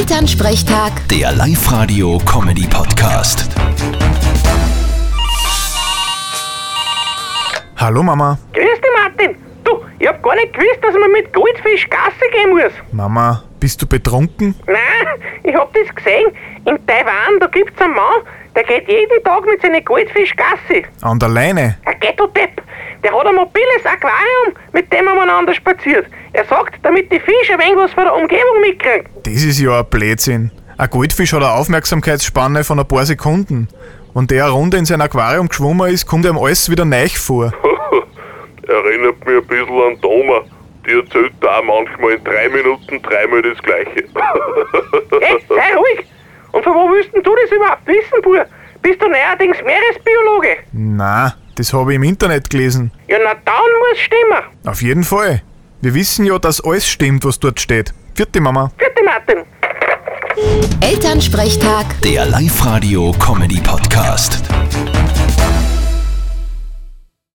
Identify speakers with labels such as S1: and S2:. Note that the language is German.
S1: Elternsprechtag,
S2: Der Live-Radio-Comedy-Podcast.
S3: Hallo Mama.
S4: Grüß dich, Martin. Du, ich hab gar nicht gewusst, dass man mit Goldfisch Gasse gehen muss.
S3: Mama, bist du betrunken?
S4: Nein, ich hab das gesehen. In Taiwan, da gibt's einen Mann, der geht jeden Tag mit seinen Goldfisch Gasse.
S3: An der Leine?
S4: Ein Ghetto-Depp. Der hat ein mobiles Aquarium, mit dem er miteinander spaziert. Er sagt, damit die Fische ein wenig was von der Umgebung mitkriegen.
S3: Das ist ja ein Blödsinn. Ein Goldfisch hat eine Aufmerksamkeitsspanne von ein paar Sekunden. Wenn der eine Runde in sein Aquarium geschwommen ist, kommt ihm alles wieder neich vor.
S5: erinnert mich ein bisschen an Doma. Die erzählt da manchmal in drei Minuten dreimal das Gleiche.
S4: Ey, sei ruhig. Und von wo willst denn du das überhaupt wissen, Bur? Bist du neuerdings Meeresbiologe?
S3: Na, das habe ich im Internet gelesen.
S4: Ja, na dann muss stimmen.
S3: Auf jeden Fall. Wir wissen ja, dass alles stimmt, was dort steht. Vierte Mama.
S4: Vierte Martin.
S1: Elternsprechtag.
S2: Der Live-Radio-Comedy-Podcast.